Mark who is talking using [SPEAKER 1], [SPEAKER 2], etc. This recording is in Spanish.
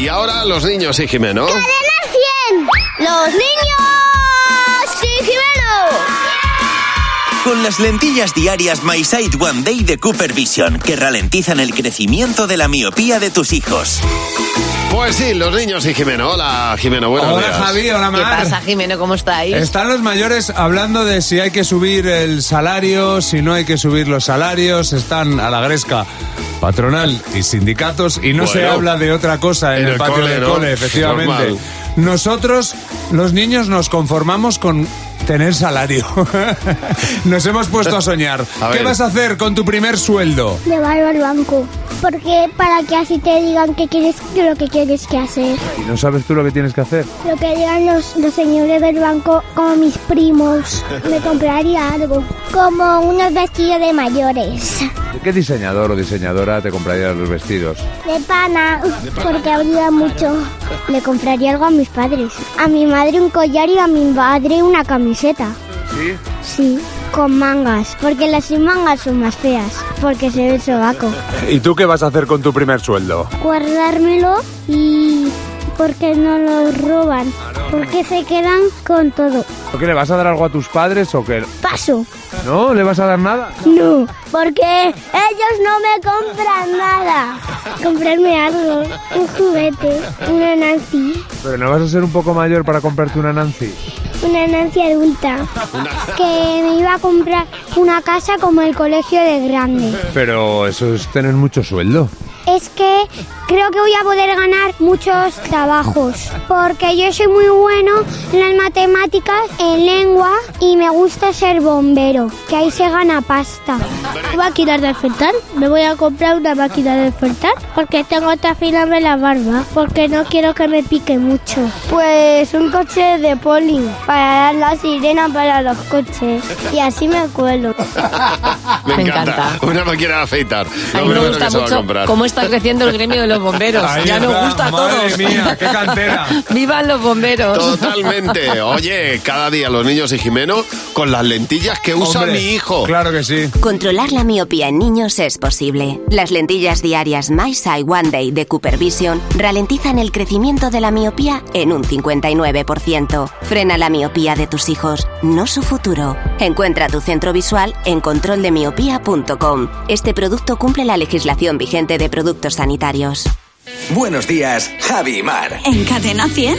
[SPEAKER 1] Y ahora los niños y Jimeno.
[SPEAKER 2] ¡Los niños! ¡Sí,
[SPEAKER 3] Con las lentillas diarias My Sight One Day de Cooper Vision, que ralentizan el crecimiento de la miopía de tus hijos.
[SPEAKER 1] Pues sí, los niños y Jimeno. Hola, Jimeno, buenos
[SPEAKER 4] Hola
[SPEAKER 1] días.
[SPEAKER 4] Javi, hola
[SPEAKER 5] ¿Qué
[SPEAKER 4] Mar.
[SPEAKER 5] pasa, Jimeno? ¿Cómo estáis?
[SPEAKER 4] Están los mayores hablando de si hay que subir el salario, si no hay que subir los salarios. Están a la gresca patronal y sindicatos y no
[SPEAKER 1] Bueno.
[SPEAKER 4] se habla de otra cosa en,
[SPEAKER 1] En
[SPEAKER 4] el,
[SPEAKER 1] el
[SPEAKER 4] patio
[SPEAKER 1] cole,
[SPEAKER 4] del
[SPEAKER 1] ¿no?
[SPEAKER 4] cole, efectivamente.
[SPEAKER 1] Normal.
[SPEAKER 4] Nosotros, los niños, nos conformamos con tener salario. nos hemos puesto a soñar.
[SPEAKER 1] A
[SPEAKER 4] ¿Qué
[SPEAKER 1] ver.
[SPEAKER 4] vas a hacer con tu primer sueldo?
[SPEAKER 2] Llevarlo al banco. Porque para que así te digan que quieres, que lo que quieres que hacer.
[SPEAKER 4] ¿Y no sabes tú lo que tienes que hacer?
[SPEAKER 2] Lo que digan los, los señores del banco, como mis primos, me compraría algo. Como unos vestidos de mayores.
[SPEAKER 4] ¿Qué diseñador o diseñadora te compraría los vestidos?
[SPEAKER 2] De pana, porque ayuda mucho. Le compraría algo a mis padres. A mi madre un collar y a mi padre una camiseta. ¿Sí? Sí, con mangas. Porque las sin mangas son más feas. Porque se ve el sobaco.
[SPEAKER 4] ¿Y tú qué vas a hacer con tu primer sueldo?
[SPEAKER 2] guardármelo y porque no lo roban, porque se quedan con todo.
[SPEAKER 4] ¿O qué le vas a dar algo a tus padres o qué?
[SPEAKER 2] Paso.
[SPEAKER 4] ¿No? ¿Le vas a dar nada?
[SPEAKER 2] No, porque ellos no me compran nada. Comprarme algo, un juguete, una Nancy,
[SPEAKER 4] Pero no vas a ser un poco mayor para comprarte una Nancy.
[SPEAKER 2] una Nancy adulta. Que me iba a comprar una casa como el colegio de grande.
[SPEAKER 4] Pero eso es tener mucho sueldo.
[SPEAKER 2] es que creo que voy a poder ganar muchos trabajos. Porque yo soy muy bueno en las matemáticas, en lengua y me gusta ser bombero, que ahí se gana pasta. Máquina de afeitar, me voy a comprar una máquina de afeitar porque tengo que afilarme la barba, porque no quiero que me pique mucho. Pues un coche de poli para la sirena para los coches y así me cuelo.
[SPEAKER 1] Me,
[SPEAKER 5] Me
[SPEAKER 1] encanta.
[SPEAKER 5] encanta.
[SPEAKER 1] Una máquina de afeitar.
[SPEAKER 5] a
[SPEAKER 1] Lo
[SPEAKER 5] mí
[SPEAKER 1] primero
[SPEAKER 5] me
[SPEAKER 1] que
[SPEAKER 5] gusta
[SPEAKER 1] se va a
[SPEAKER 5] mucho
[SPEAKER 1] comprar.
[SPEAKER 5] cómo está creciendo el gremio de los bomberos.
[SPEAKER 4] Ahí
[SPEAKER 5] ya nos
[SPEAKER 4] está,
[SPEAKER 5] gusta a
[SPEAKER 4] madre
[SPEAKER 5] todos.
[SPEAKER 4] mía, qué cantera.
[SPEAKER 5] ¡Vivan los bomberos!
[SPEAKER 1] Totalmente. Oye, cada día los niños y Jimeno con las lentillas que usa
[SPEAKER 4] Hombre,
[SPEAKER 1] mi hijo.
[SPEAKER 4] Claro que sí.
[SPEAKER 6] Controlar la miopía en niños es posible. Las lentillas diarias My Sight One Day de Cooper Vision ralentizan el crecimiento de la miopía en un 59%. Frena la miopía de tus hijos, no su futuro. Encuentra tu centro visual en controldemiopía.com. Este producto cumple la legislación vigente de productos sanitarios.
[SPEAKER 3] Buenos días, Javi y Mar.
[SPEAKER 7] En Cadena 100.